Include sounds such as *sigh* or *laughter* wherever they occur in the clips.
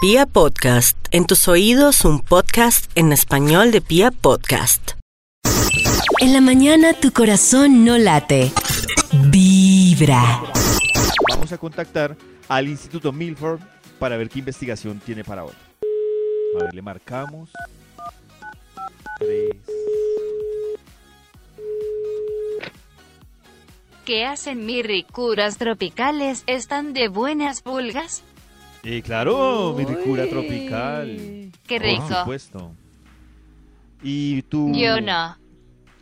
Pia Podcast, en tus oídos un podcast en español de Pia Podcast. En la mañana tu corazón no late, vibra. Vamos a contactar al Instituto Milford para ver qué investigación tiene para hoy. A ver, le marcamos. Tres. ¿Qué hacen mis ricuras tropicales? ¿Están de buenas pulgas? Eh, claro, mi ricura tropical. ¡Qué Por rico! supuesto. Y tú. Yo no.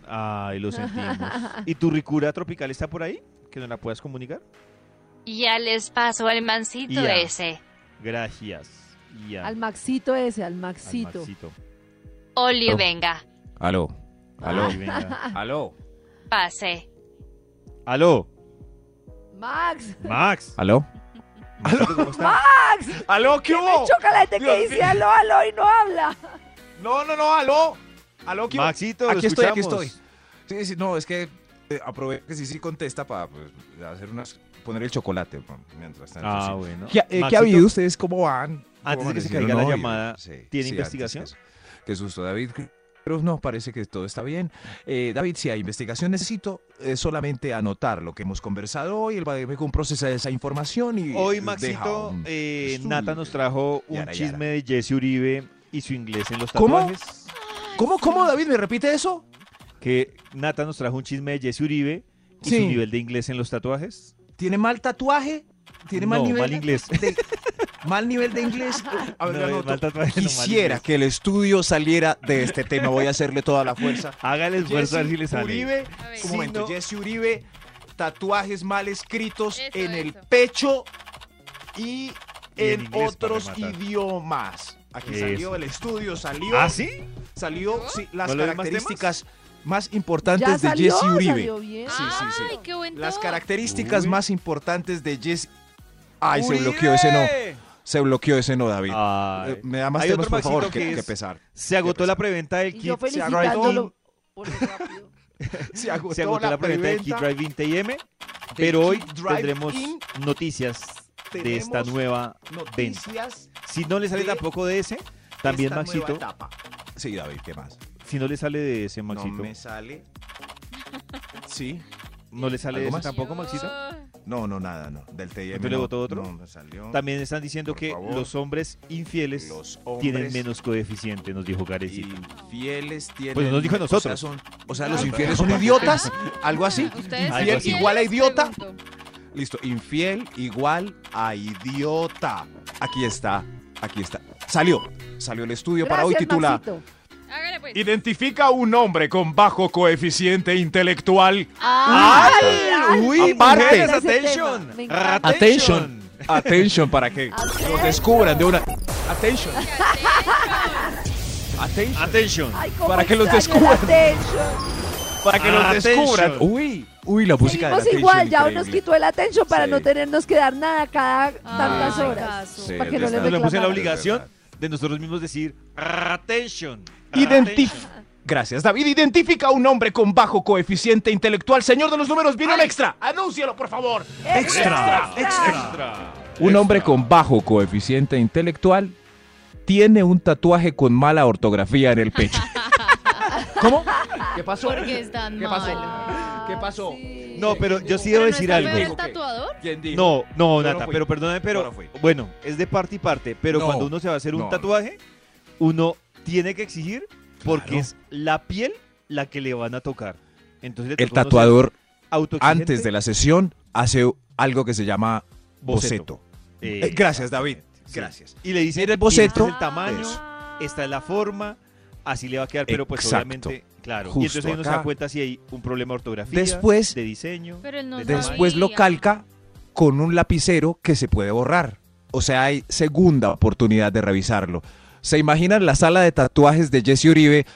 Ay, lo *laughs* sentimos. ¿Y tu ricura tropical está por ahí? ¿Que no la puedas comunicar? Ya les paso al mancito Ya. ese. Gracias. Ya. Al Maxito ese, al Al Maxito. Maxito. Oh. Oli, venga, Aló, *laughs* Ah. aló, Ay, venga. aló, pase. Aló, Max, Max. aló. Maxito, ¿Cómo está? Max, ¿Aló qué hubo? chocolate que Dios dice mío. aló, aló y no habla. No, no, no, aló. ¿Aló qué hubo? Maxito, lo Aquí estoy, aquí escuchamos. estoy. Sí, sí, no, es que eh, aprovecho que sí, sí contesta para pues, hacer unas poner el chocolate bueno, mientras tanto. Ah, sí. bueno. ¿Qué, eh, qué Maxito, ha habido ustedes? ¿Cómo van? Antes de que se amanecieron caiga la hoy? llamada, ¿tiene antes investigación? que eso. Qué susto, David. Pero no, parece que todo está bien. Eh, David, si hay investigación, necesito eh, solamente anotar lo que hemos conversado hoy. El Bademecum procesa esa información y Hoy, deja Maxito, un eh, estudio. Nata nos trajo un Yara, chisme yara. de Jesse Uribe y su inglés en los ¿Cómo? tatuajes. ¿Cómo, cómo, David? ¿Me repite eso? Que Nata nos trajo un chisme de Jesse Uribe y su Sí. nivel de inglés en los tatuajes. ¿Tiene mal tatuaje? ¿Tiene mal No, nivel? mal inglés. de- mal nivel de inglés. *laughs* A ver, No, eh, anoto. mal tatuaje, no, mal Quisiera inglés. que el estudio saliera de este tema. Voy a hacerle toda la fuerza. Haga *laughs* el esfuerzo a ver si le Jesse sale. Uribe, ver. un momento, Sí, no. Jesse Uribe, tatuajes mal escritos Eso, en el eso. pecho y, Y en en, inglés para otros rematar. idiomas. Aquí Eso. salió el estudio, salió, ¿Ah, sí? salió sí, las ¿No le ven más características más Ya importantes de salió, Jesse Uribe. salió bien. Sí, sí, sí. Ay, qué buen Las top. características Uy. más importantes de Jesse. Ay, se bloqueó ese no. Se bloqueó ese no, David. Ay. Eh, Me da más Hay temas, otro por favor, Maxito que que, que es- pesar. Se agotó la preventa del Ah, Y kit. yo se felicitándolo por lo rápido. Se *laughs* Se agotó la, preventa del kit Drive In TM. Pero hoy tendremos noticias de esta nueva venta. Si no le sale de tampoco de ese, también Maxito. Sí, David, ¿qué más? Si no le sale de ese, Maxito. No me sale. Sí. ¿No le sale ¿Algo eso más? tampoco, Maxito? No, no, nada, no. Del TIM. ¿No te le no, botó otro? No, me salió. También están diciendo Por que favor. los hombres infieles Los tienen hombres menos coeficiente, nos dijo Karencita. Infieles tienen. Pues nos dijo a o sea, nosotros. son- O sea, los Ay, infieles son pero- idiotas. Algo así. ¿Ustedes Algo Infiel así. igual a idiota. Pregunto. Listo, infiel igual a idiota. Aquí está, aquí está. Salió, salió el estudio para hoy Gracias, titula Maxito. Hágale pues. Identifica un hombre con bajo coeficiente intelectual. Ay, uy, aparte. mujeres, Ese tema, me encanta. Attention. Attention para que los descubran de una Attention. Attention. Attention. Ay, cómo Para que los extraño la tension. Para que los Attention. descubran. Uy, uy, la música de la Seguimos Attention, igual, ya hoy increíble. nos quitó el atención para Sí. no tenernos que dar nada cada tantas Ay, horas. caso. Sí, para que es no le verdad. Nos la puse en la reclamaran. obligación de nosotros mismos decir attention. Identif- Gracias, David. Identifica a un hombre con bajo coeficiente intelectual. Señor de los números, viene un extra. Anúncialo, por favor. Extra, Extra. Un hombre con bajo coeficiente intelectual tiene un tatuaje con mala ortografía en el pecho. *laughs* ¿Cómo? ¿Qué pasó? Porque es tan ¿Qué pasó? ¿Qué pasó? Sí. No, pero yo sí ¿Pero debo no decir está peor algo. el tatuador? ¿Quién No, no, Yo no Nata, fui. pero perdóname, pero Yo no fui. bueno, es de parte y parte, pero No, cuando uno se va a hacer un no, no. tatuaje, uno tiene que exigir porque Claro. es la piel la que le van a tocar. Entonces, le El toca uno tatuador, ser autoexigente. antes de la sesión, hace algo que se llama Boceto. boceto. Eh, Eh, gracias, David. Sí. Gracias. Y le dicen Mira el boceto. este es el tamaño, Eso. esta es la forma, así le va a quedar, pero pues Exacto. obviamente, claro. y Justo entonces ahí uno se acá. da cuenta si hay un problema de ortografía, Después- de diseño. Pero él no Después Después lo sabía. calca con un lapicero que se puede borrar. O sea, hay segunda oportunidad de revisarlo. ¿Se imaginan la sala de tatuajes de Jesse Uribe?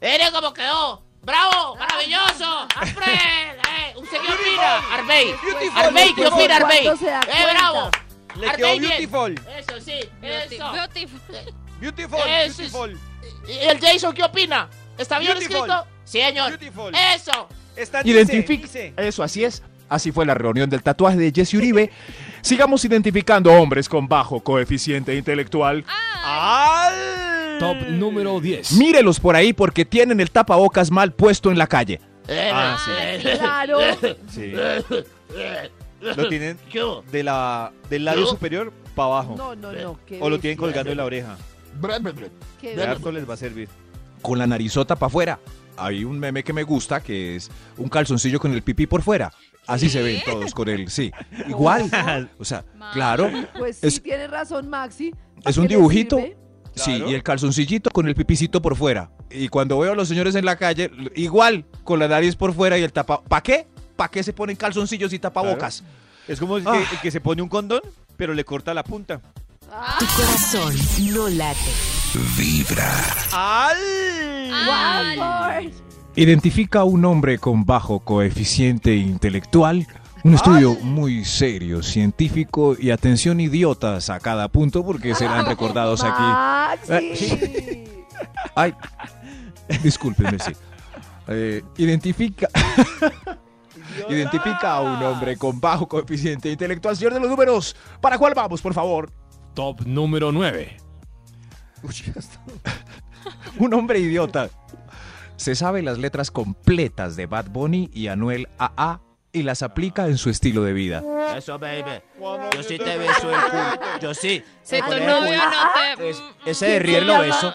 ¡Mire cómo quedó! ¡Bravo! ¡Maravilloso! ¡Alfred! ¡Eh! ¡Usted qué opina! ¡Arbey! ¡Arbey! ¿Qué opina Arbey? ¿Cuándo se da ¡Eh, bravo! Le Arte quedó bien. beautiful, Eso sí, Beautiful. eso. Beautiful. beautiful, Eso es- beautiful, ¿Y el Jason qué opina? ¿Está bien Beautiful. escrito? Sí, señor. beautiful. ¡Eso! Está Identifica. dice, dice. *laughs* Eso, así es. Así fue la reunión del tatuaje de Jesse Uribe Sigamos identificando hombres con bajo coeficiente intelectual. Top número 10. Mírelos por ahí porque tienen el tapabocas mal puesto en la calle. Eh, Ah, sí. Claro. Sí. Lo tienen Yo. de la, del labio ¿Yo? superior para abajo. No, no, no. qué o lo tienen bestia, colgando en la oreja. qué De bestia. harto les va a servir. Con la narizota para afuera. Hay un meme que me gusta que es un calzoncillo con el pipí por fuera. Así se ven todos con él, sí. Igual. O sea, claro. Pues sí, Es- tienes razón, Maxi. es ¿Qué un le dibujito. sirve? Sí, Claro. y el calzoncillito con el pipicito por fuera. Y cuando veo a los señores en la calle, l- igual con la nariz por fuera y el tapa. ¿Para qué? ¿Para qué se ponen calzoncillos y tapabocas? Es como el que, Ah. el que se pone un condón, pero le corta la punta. Tu corazón no late. Ay. Identifica a un hombre con bajo coeficiente intelectual. Un estudio muy serio, científico y atención idiotas a cada punto porque serán recordados aquí. Eh, Maxi. *laughs* Ay, discúlpenme, sí. Eh, identifica, *laughs* identifica a un hombre con bajo coeficiente intelectual. Señor de los números, ¿para cuál vamos, por favor? Top número 9. *laughs* Un hombre idiota. Se sabe las letras completas de Bad Bunny y Anuel AA y las aplica en su estilo de vida. Eso, baby. Yo sí te beso el culo. Yo sí. Si tu Con el novio culo. no te... Es- ese de riel lo llama? beso.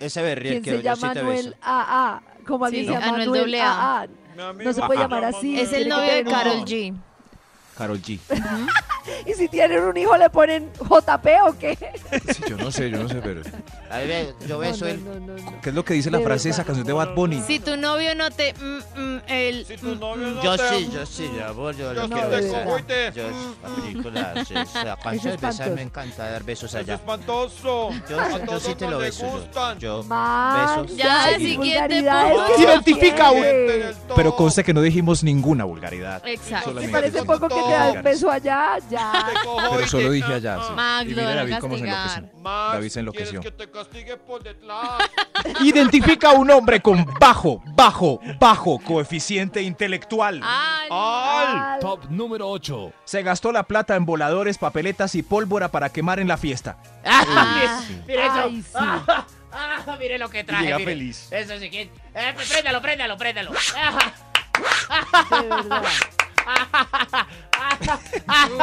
Ese de ¿Quién riel quiero, se yo sí llama te Anuel beso. AA? Como alguien Sí, se llama Anuel Anuel doble A. AA. No se puede llamar así. Es tiene el que novio de tener un Carol hijo. G. Carol G. Y si tienen un hijo, le ponen JP o qué. Sí, yo no sé, yo no sé, pero. Ay, ve, yo beso el. No, no, no, no. ¿Qué es lo que dice la De frase de esa verdad. canción de Bad Bunny? Si tu novio no te... mm, mm, el, mm, mm. Yo sí, yo sí, mi amor, yo lo no quiero te besar. cojuite. Yo, la película, sí, la canción de besar espantoso. me encanta dar besos allá. espantoso. Yo, yo, sí te lo beso. Yo, yo Max, besos. Ya, ay, siguiente vulgaridades punto. que no Identifica un- tiene. Pero conste que no dijimos ninguna vulgaridad. Exacto. Me Solamente parece dijimos poco que te vulgares. das beso allá, ya. Pero solo dije allá. sí. Max, Y lo mira van a David cómo se castigar. enloqueció. David se enloqueció. te castigue por detrás. Identifica a un hombre con bajo, bajo, bajo coeficiente intelectual. Ah, no. Al- Top número 8. Se gastó la plata en voladores, papeletas y pólvora para quemar en la fiesta. Ah, mire eso. Ay, sí. Ah, mire lo que traje. llega mire. feliz. Eso sí que. Eh, pues, préndalo, préndalo, préndalo. Ah. De verdad.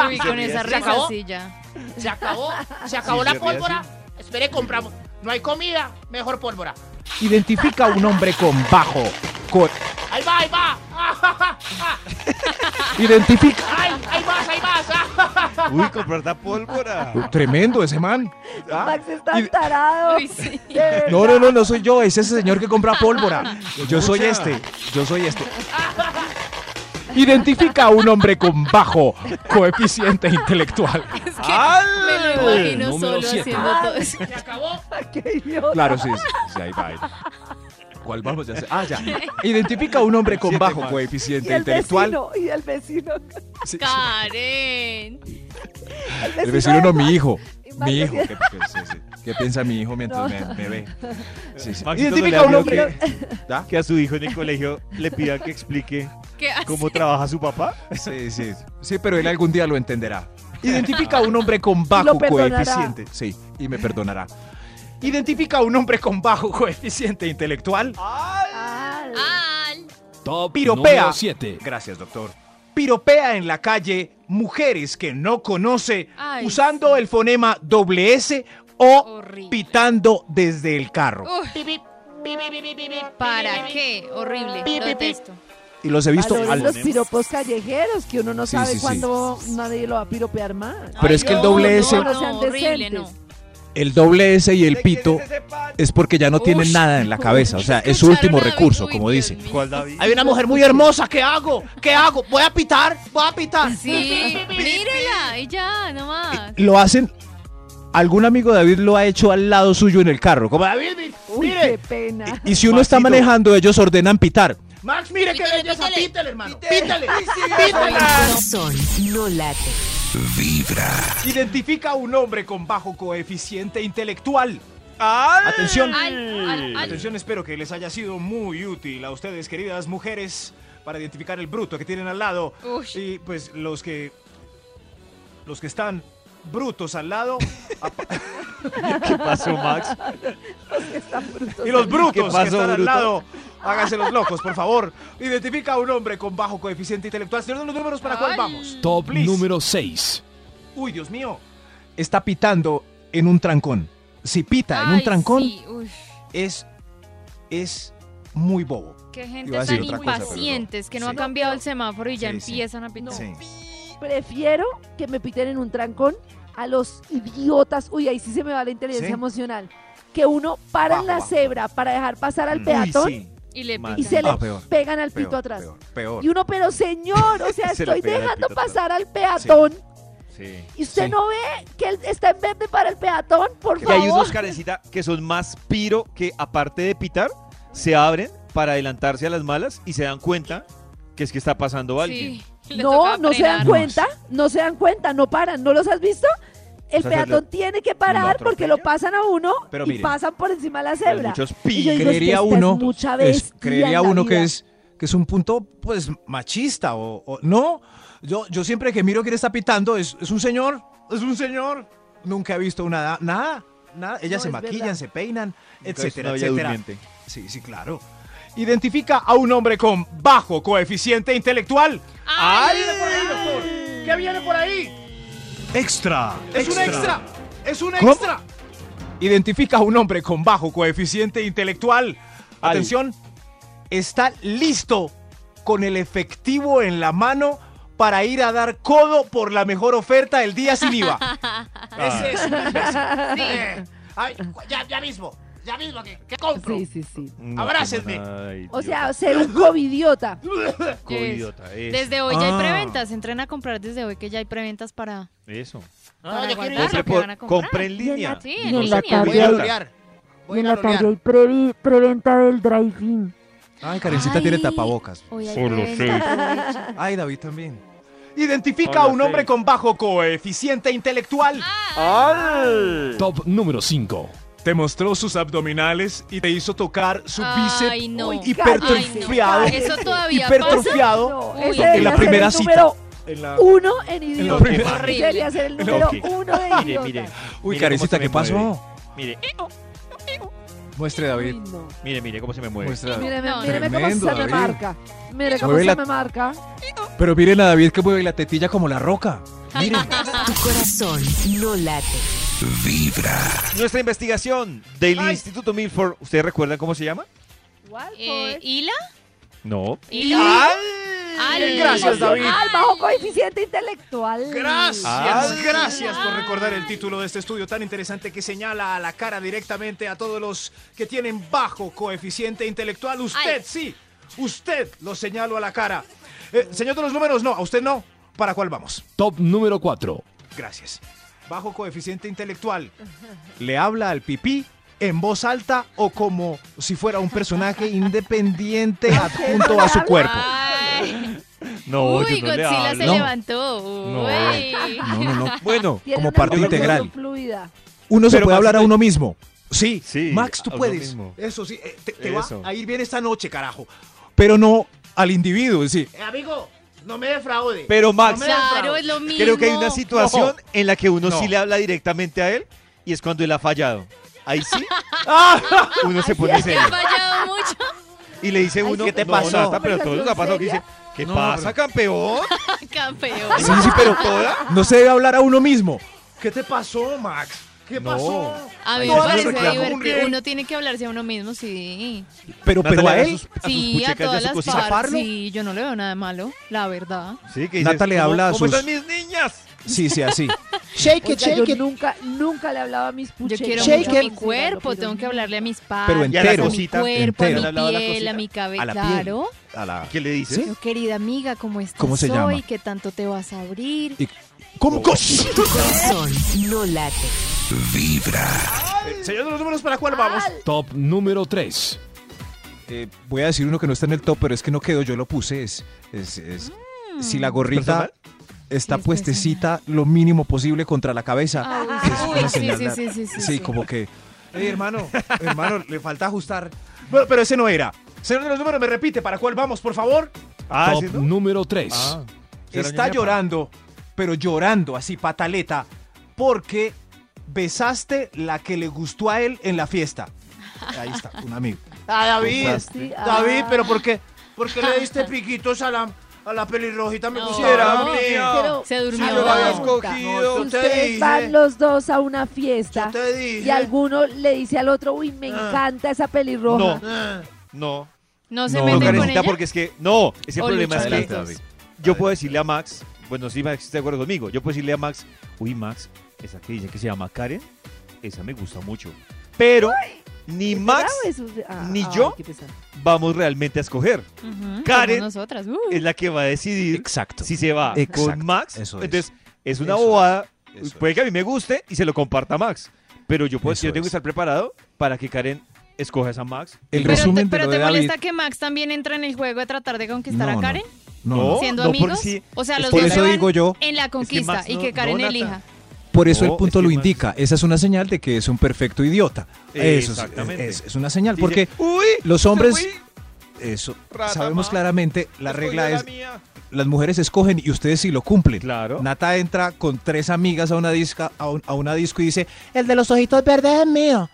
Uy, con esa ¿Se risa acabó? sí ya. Se acabó, se acabó Sí, la se ríe pólvora. Espere, compramos. No hay comida, mejor pólvora. Identifica a un hombre con bajo. co- Ahí va, ahí va. Ah, ja, ja, ja. Identifica. Ay, ahí vas, ahí vas. Ah, ja, ja. *laughs* Uy, comprar la pólvora. Tremendo ese man. Max está tarado. Uy, sí. De verdad. Ah, No, no, no, no soy yo, es ese señor que compra *laughs* pólvora. Yo soy este, yo soy este. Identifica a un hombre con bajo coeficiente intelectual. Es que me lo imagino Número solo siete. haciendo *laughs* todo eso. Se acabó. Qué idiota. Claro, sí, sí, sí, ahí va. ahí. ¿Cuál vamos? Ya sé. Ah, ya. Identifica a un hombre con Siete bajo más. Y coeficiente el intelectual. vecino, y el vecino. Sí, sí. Karen. El vecino no, mi hijo. Y Max Mi hijo. decía, ¿Qué, qué- sí, sí. ¿Qué piensa mi hijo mientras me, me ve? Sí, sí. Maxito no le Identifica da a un miedo hombre. ¿Da? Que a su hijo en el colegio le pida que explique ¿Qué haces? cómo trabaja su papá. *laughs* Sí, sí. Sí, pero él algún día lo entenderá. Identifica a un hombre con bajo Lo perdonará. coeficiente. Sí, y me perdonará. Identifica a un hombre con bajo *laughs* coeficiente intelectual. Ah, "Ay, Al. Top Piropea. número 7. Gracias, doctor. Piropea en la calle mujeres que no conoce Ay, usando el fonema doble S o Horrible. pitando desde el carro. Uy, ¿Para qué? Horrible. Lo detesto. Y los he visto valoren al- los piropos callejeros que uno no Sí, sabe sí, sí. cuándo nadie lo va a piropear más. Pero es que el doble no, S, No, no, Sean horrible, no. decentes. el doble S y el pito es porque ya no tienen Ush. nada en la cabeza. O sea, es su Escucharon último a David, recurso, uy, como Dios dice. mío. ¿Cuál David? Hay una mujer muy hermosa, ¿qué hago? ¿Qué hago? Voy a pitar, voy a pitar. Sí, mírela y ya, Ah, nomás. lo hacen. Algún amigo de David lo ha hecho al lado suyo en el carro. como, "David", David, Uy, qué mire, pena. y si uno está Maxito. manejando, ellos ordenan pitar. Max, mire qué Pítale, belleza. pítale. Pítale, hermano. Pítale. Tu Pítale. corazón no late. Identifica a un hombre con bajo coeficiente intelectual. Atención. Al, al, al. Atención, espero que les haya sido muy útil a ustedes, queridas mujeres, para identificar el bruto que tienen al lado. Ush. Y pues los que los que están brutos al lado. ¿Qué pasó, Max? *laughs* Y los brutos ¿Qué que pasó, están al bruto? lado, háganse los locos, por favor. Identifica a un hombre con bajo coeficiente intelectual. Señor de los números, ¿para cuál vamos? Top Please. número 6. Uy, Dios mío. Está pitando en un trancón. Si pita en un Ay, trancón, sí, uy, es, es muy bobo. qué Iba gente a decir tan otra cosa, pero no. impacientes que no Sí. ha cambiado el semáforo y ya Sí, sí. empiezan a pitar. Sí. Prefiero que me piten en un trancón a los idiotas. Uy, ahí sí se me va la inteligencia Sí. emocional. Que uno para en la cebra para dejar pasar al Mm. peatón Uy, sí. Y le Mal. y se le Ah, peor, pegan al peor, pito atrás. Peor, peor. Y uno, pero señor, *laughs* o sea, Se le estoy pegan al dejando pito atrás. pasar al peatón. Sí. ¿Y usted Sí. no ve que él está en verde para el peatón? Por Que hay favor. unos carecita que son más piro que aparte de pitar, se abren para adelantarse a las malas y se dan cuenta que es que está pasando alguien. Sí, *laughs* le No, toca no se frenar. dan cuenta, no se dan cuenta, no paran. ¿No los has visto? El O sea, se peatón lo- tiene que parar lo porque lo pasan a uno Pero y miren, pasan por encima de la Hay cebra. Muchos Y yo pi. digo, es que Creería esta es uno, mucha es- bestia creería en la uno que vida. es, que es un punto pues machista o, o- no. Yo, yo siempre que miro quién está pitando es, es un señor, es un señor. Nunca he visto una da- nada, nada. Ellas No, se es maquillan, verdad. se peinan, Nunca es etcétera, una bella etcétera. durmiente. Sí, sí, claro. Identifica a un hombre con bajo coeficiente intelectual. Ay, ¿Qué viene por ahí, doctor? ¿Qué viene por ahí? Extra. Es un extra. Es un ¿Cómo? extra. Identifica a un hombre con bajo coeficiente intelectual. Al. Atención. Está listo con el efectivo en la mano para ir a dar codo por la mejor oferta el día sin IVA. *laughs* Ese es un imbécil. Sí. Eh, ay, ya, ya mismo, ya mismo, ¿qué, qué compro? Sí, sí, sí. No, Abrácenme. ay, O Dios, sea, ser un covidiota. coidiota, eso, Desde hoy ya hay Ah. preventas. Entren a comprar desde hoy que ya hay preventas para. Eso. Ah, No, yo quiero ir Claro, Compre que por- van a comprar. compre en línea. Sí, en Y en la línea. tarde Voy a Idiota. rolear. Y Voy en a la tarde rolear. hay previ- preventa del drive-in. Ay, Karencita tiene Ay. tapabocas. Hoy hay Solo preventas. aprovechen. Ay, David también. Identifica a Hola, un hombre Félix. con bajo coeficiente intelectual. Top número 5. Te mostró sus abdominales y te hizo tocar su Ay, bíceps no. hipertrofiado. Ay, Eso todavía pasa. hipertrofiado. No, ese Uy. En la debería ser primera el cita. número En la- uno en idiota. primera- Ese debería ser el En número toque. uno de Mire, idiota. mire. Uy, mire Karencita, cómo ¿qué se me pasó? mueve. Mire, Muestre, David. mire, mire cómo se me mueve. Muestre, David. Míreme, No, no. míreme cómo Tremendo, se me David. marca. Mire cómo Mueve se la- me marca. Pero miren a David que mueve la tetilla como la roca. Miren. Tu corazón no late. Nuestra investigación del Ay. Instituto Milford, ¿ustedes recuerdan cómo se llama? *laughs* Eh, ¿Hila? No. ¿Hila? Bien, gracias, David. Al bajo coeficiente intelectual. Gracias, Ah. gracias por recordar el título de este estudio tan interesante que señala a la cara directamente a todos los que tienen bajo coeficiente intelectual. Usted, Ay. sí, usted lo señalo a la cara. Eh, señor de los números, no, a usted no. ¿Para cuál vamos? Top número 4. Gracias. Bajo coeficiente intelectual. Le habla al pipí en voz alta o como si fuera un personaje independiente adjunto a su cuerpo. Ay. No, Uy, yo no le Godzilla se hablo. levantó. No. Uy. No, no, no. Bueno, Tiene Como una parte conexión integral. fluida. Uno se Pero puede Max, hablar a tú- uno mismo. Sí, Sí, Max, tú a uno puedes. mismo. Eso sí, eh, te, te va Eso. a ir bien esta noche, carajo. Pero no al individuo, sí. Eh, amigo, no me defraude. Pero Max, No me defraude. Claro, es lo mismo. creo que hay una situación en la que uno No. sí le habla directamente a él y es cuando él ha fallado. Ahí sí, ¡Ah! uno se pone Te ha serio. fallado mucho. Y le dice Ay, uno, ¿qué te no, pasó? Nata, pero todo lo que ha pasado, que dice, ¿qué No, pasa, campeón? *laughs* Campeón. Sí, sí, pero toda. No se debe hablar a uno mismo. ¿Qué te pasó, Max? ¿Qué No. pasó? A mí me Todas parece las reclamo, un divertido. rey. Uno tiene que hablarse a uno mismo, sí. Pero, Nata pero le a habla él. sus- sus Sí, a puchecas y sus todas las cositas. partes. Sí, yo no le veo nada de malo, la verdad. Sí, que Nata le ¿cómo- habla a ¿Cómo sus- están mis niñas? Sí, *laughs* sí, así. Shake it, shake yo nunca, nunca le hablaba a mis Yo pucheros. quiero Shake mucho it. mi pues, cuerpo, tengo que hablarle a mis padres, Pero entero, a mi cosita, cuerpo, entero. a Hablaba mi la piel, cosita. a mi A cabeza. la piel. Claro. A la- ¿Qué le dices? ¿Sí? Pero querida amiga, ¿cómo estás ¿Cómo se hoy? llama? ¿Qué tanto te vas a abrir? ¿Cómo? Tu corazón no late. Señor de los números, ¿para cuál vamos? Top número 3. Eh, voy a decir uno que no está en el top, pero es que no quedó, yo lo puse. Es, es- es- Si la gorrita ¿Personal? está Mm. Sí, es puestecita lo mínimo posible contra la cabeza. Ah, es uy, una sí, señal sí, de- sí, sí, sí, sí. como que... hermano, hermano, le falta ajustar. Bueno, pero ese no era. Señor de los números, me repite, ¿para cuál vamos, por favor? Ah, Top ¿sí, no? número 3. Ah. Está llorando pero llorando así pataleta, porque besaste la que le gustó a él en la fiesta. Ahí está, un amigo. Ah, *laughs* David, Este, Besaste. David, pero ¿por qué? ¿Por qué le *laughs* diste piquitos a la, a la pelirrojita? Me No. gustaba a mí. Pero- Se durmió. Una yo la había pregunta. escogido. Si Yo te ustedes dije. van los dos a una fiesta Yo te dije. Ah. y alguno le dice al otro, uy, me encanta esa No, pelirroja. Ah. no. No se No, Oh, meten con Karencita, ella. Karencita, porque es que. No, es que el O problema es luchan que los dos. yo puedo decirle a Max, bueno, sí, Max, está de acuerdo conmigo. Yo puedo decirle a Max, uy, Max, esa que dice que se llama Karen, esa me gusta mucho. Pero ni ¿Es Max verdad o es un- ah, ni ay, yo. qué pesar. vamos realmente a escoger. Ujú, Karen- como Nosotras. uh. Es la que va a decidir Exacto. si se va Exacto, con Max. eso es. Entonces, es una Eso es, bobada. eso Puede que a mí me guste y se lo comparta a Max. Pero yo, puedo, Eso yo tengo que es. estar preparado para que Karen escoja esa Max. El Pero te, resumen de pero lo te de David. molesta que Max también entra en el juego de tratar de conquistar No, a no. Karen No, No. Oh, no. siendo porque amigos. sí, O sea, es los por dos eso se van digo yo- en la conquista Max y no- que Karen no, Nata. elija. Por eso No, el punto Oh, es que lo Max- indica. Esa es una señal de que es un perfecto idiota. Eso es- Exactamente. es, es una señal. Dice, Porque Uy, los se hombres, fui, eso, Rata, sabemos ma. claramente, la escogí regla la es, mía. las mujeres escogen y ustedes sí lo cumplen. Claro. Nata entra con tres amigas a una, disca, a, un- a una disco y dice, el de los ojitos verdes es mío.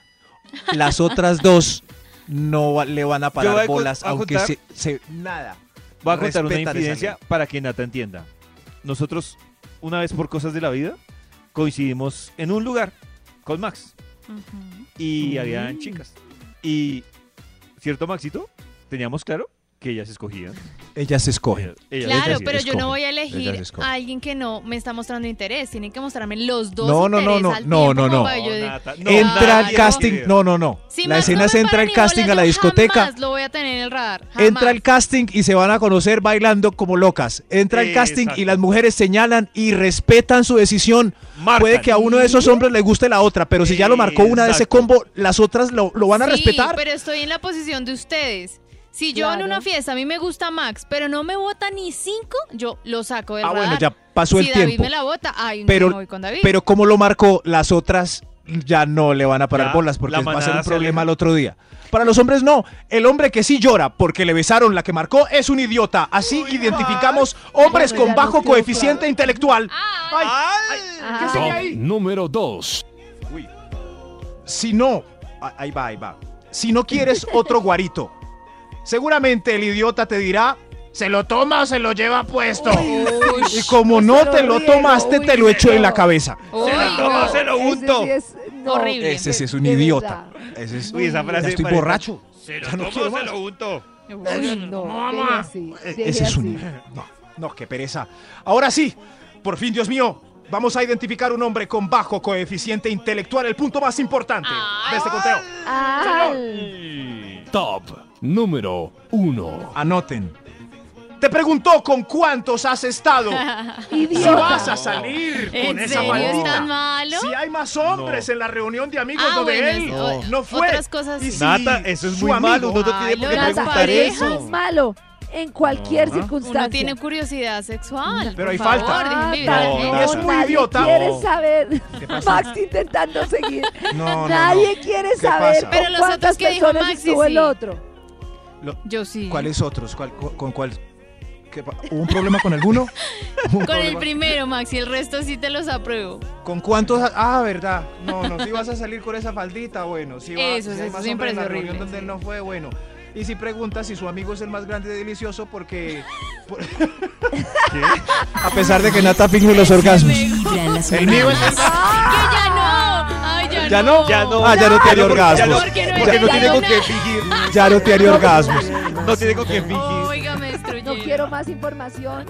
Las otras dos no va- le van a parar voy a con- bolas, voy a aunque contar- se, se- Nada. Voy a contar una Respetan esa incidencia ley. para que Nata entienda. Nosotros, una vez por cosas de la vida, coincidimos en un lugar con Max. Ujú. Y habían chicas. Y, ¿cierto, Maxito? Teníamos claro que ellas escogían. ellas escogen. Ellas Claro, decían. pero yo escogen, no voy a ellas elegir escogen. a alguien que no me está mostrando interés. Tienen que mostrarme los dos No, no, no, intereses no, al no, tiempo no, como no. para yo de- Nata, no, Ah, entra Nata, al nadie casting, quiere. no, no, no. Si la Max no escena me es entra para al ni casting bolas, a la yo discoteca. jamás lo voy a tener en el radar. Entra jamás. al casting y se van a conocer bailando como locas. Entra al casting Exacto. y las mujeres señalan y respetan su decisión. Marcan. Puede que a uno de esos hombres le guste la otra, pero si ya lo marcó una de ese Exacto. combo, las otras lo, lo van a Sí, respetar. Pero estoy en la posición de ustedes. Si yo en Claro. una fiesta a mí me gusta Max, pero no me vota ni cinco, yo lo saco del Ah, bueno, radar. ya pasó si el David tiempo. me la vota, ay, Pero- pero, me voy con David. Pero como lo marcó, las otras ya no le van a parar Ya, bolas porque la va a ser manada un se aleja. problema al otro día. Para los hombres no. El hombre que sí llora porque le besaron la que marcó es un idiota. Así identificamos hombres Bueno, con ya nos bajo quedó coeficiente claro. intelectual. Ah, Ay, Ah. Top número 2. si no, ah, ahí va, ahí va. Si no quieres otro guarito, seguramente el idiota te dirá, se lo toma o se lo lleva puesto. y como Se no lo te lo riego, tomaste, uy, te lo se echo en lo- la cabeza. uy, no. se lo Ese unto. sí es- no, Horrible. Ese sí es un de idiota. verdad. Ese es- Uy, esa ya frase estoy parece- borracho. Se Ya no lo quiero tomo, se más. lo unto. Uy, no, deje así, deje Ese es un... así. No, no, qué pereza. Ahora sí, por fin, Dios mío, vamos a identificar un hombre con bajo coeficiente intelectual, el punto más importante de este conteo. Al. Top número 1. Anoten. Te preguntó con cuántos *laughs* has estado. Si vas a Idiota. salir con ¿En esa serio es maldita. tan malo? Si hay más hombres en la reunión de amigos Ah, donde bueno, él es- o- no fue. otras cosas sí. Nata, eso es su muy amigo- malo. Uno no Ay, tiene por qué lo de las preguntar parejas. eso. Es malo en cualquier circunstancia. Uno tiene curiosidad sexual. Pero por hay falta. favor, dejen Ah, vivir Eh, a la tan- gente. No, no, es muy nadie idiota. quiere No. saber. pasa? *laughs* Max intentando seguir. No, no, Nadie quiere saber pasa? con Pero los cuántas otros que dijo personas Maxi, estuvo el sí. otro. Yo sí. ¿Cuáles otros? ¿Cuál- cu- ¿Con cuál? ¿Qué pa- ¿Hubo un problema con alguno? ¿Hubo un Con el problema? primero, Max, y el resto sí te los apruebo. ¿Con cuántos? ha- Ah, verdad. No, no, si vas a salir con esa faldita, bueno. Si, va, Eso, si eso hay más hombres siempre en la es horrible, reunión donde él sí. no fue, bueno. Y si preguntas si su amigo es el más grande y delicioso *laughs* porque... por- A pesar de que Nata finge los orgasmas. *laughs* Vibran las El mío es mañanas. ¡Que ya no! ¡Ay, ya, ¿Ya no? Ya no. Ah, ya no tiene Ya no, orgasmos. ¿Por qué no Porque era no ya tiene no? con qué fingir. Ya no tiene orgasmos. No tiene con qué fingir. Oiga, me destruyeron. No quiero más información.